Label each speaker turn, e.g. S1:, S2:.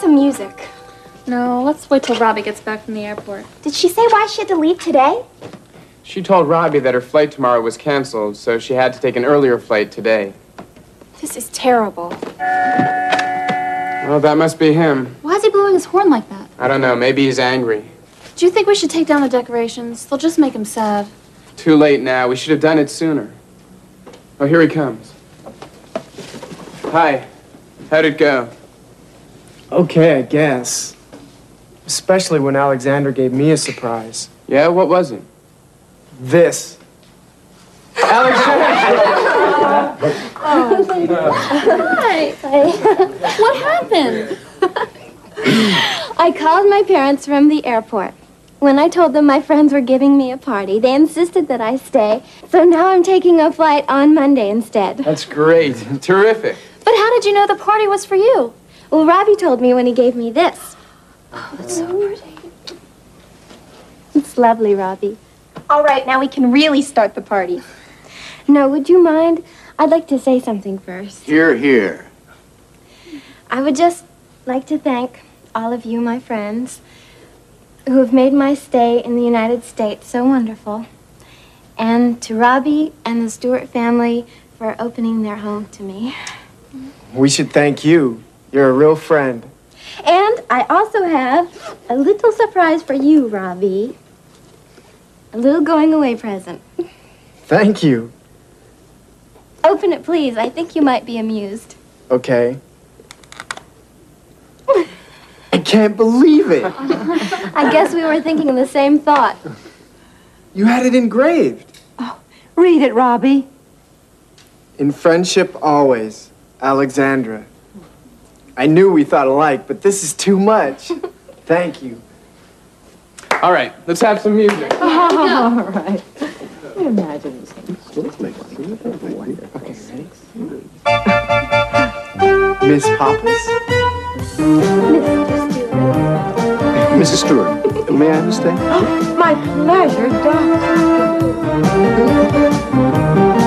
S1: some music.
S2: No, let's wait till Robbie gets back from the airport.
S1: Did she say why she had to leave today?
S3: She told Robbie that her flight tomorrow was canceled, so she had to take an earlier flight today.
S1: This is terrible.
S3: Well, that must be him.
S2: Why is he blowing his horn like that?
S3: I don't know, maybe he's angry.
S2: Do you think we should take down the decorations? They'll just make him sad.
S3: Too late now. We should have done it sooner. Oh, here he comes. Hi. How'd it go?
S4: Okay, I guess. Especially when Alexander gave me a surprise.
S3: Yeah, what was it?
S4: This.
S5: What happened? I called my parents from the airport. When I told them my friends were giving me a party, they insisted that I stay. So now I'm taking a flight on Monday instead.
S3: That's great. Terrific.
S5: But how did you know the party was for you? Well, Robbie told me when he gave me this. Oh, that's so pretty. It's lovely, Robbie.
S1: All right, now we can really start the party.
S5: No, would you mind? I'd like to say something first.
S6: Here, here.
S5: I would just like to thank all of you, my friends, who have made my stay in the United States so wonderful, and to Robbie and the Stewart family for opening their home to me.
S4: We should thank you. You're a real friend.
S5: And I also have a little surprise for you, Robbie. A little going away present.
S4: Thank you.
S5: Open it, please. I think you might be amused.
S4: Okay. I can't believe it.
S5: I guess we were thinking the same thought.
S4: You had it engraved.
S7: Oh, Read it, Robbie.
S4: In friendship always, Alexandra. I knew we thought alike, but this is too much. Thank you.
S3: All right, let's have some music.
S7: All right. Imagine this.
S4: Miss Pappas?
S6: Mrs. Stewart, may I have a stay?
S7: My pleasure, Doctor.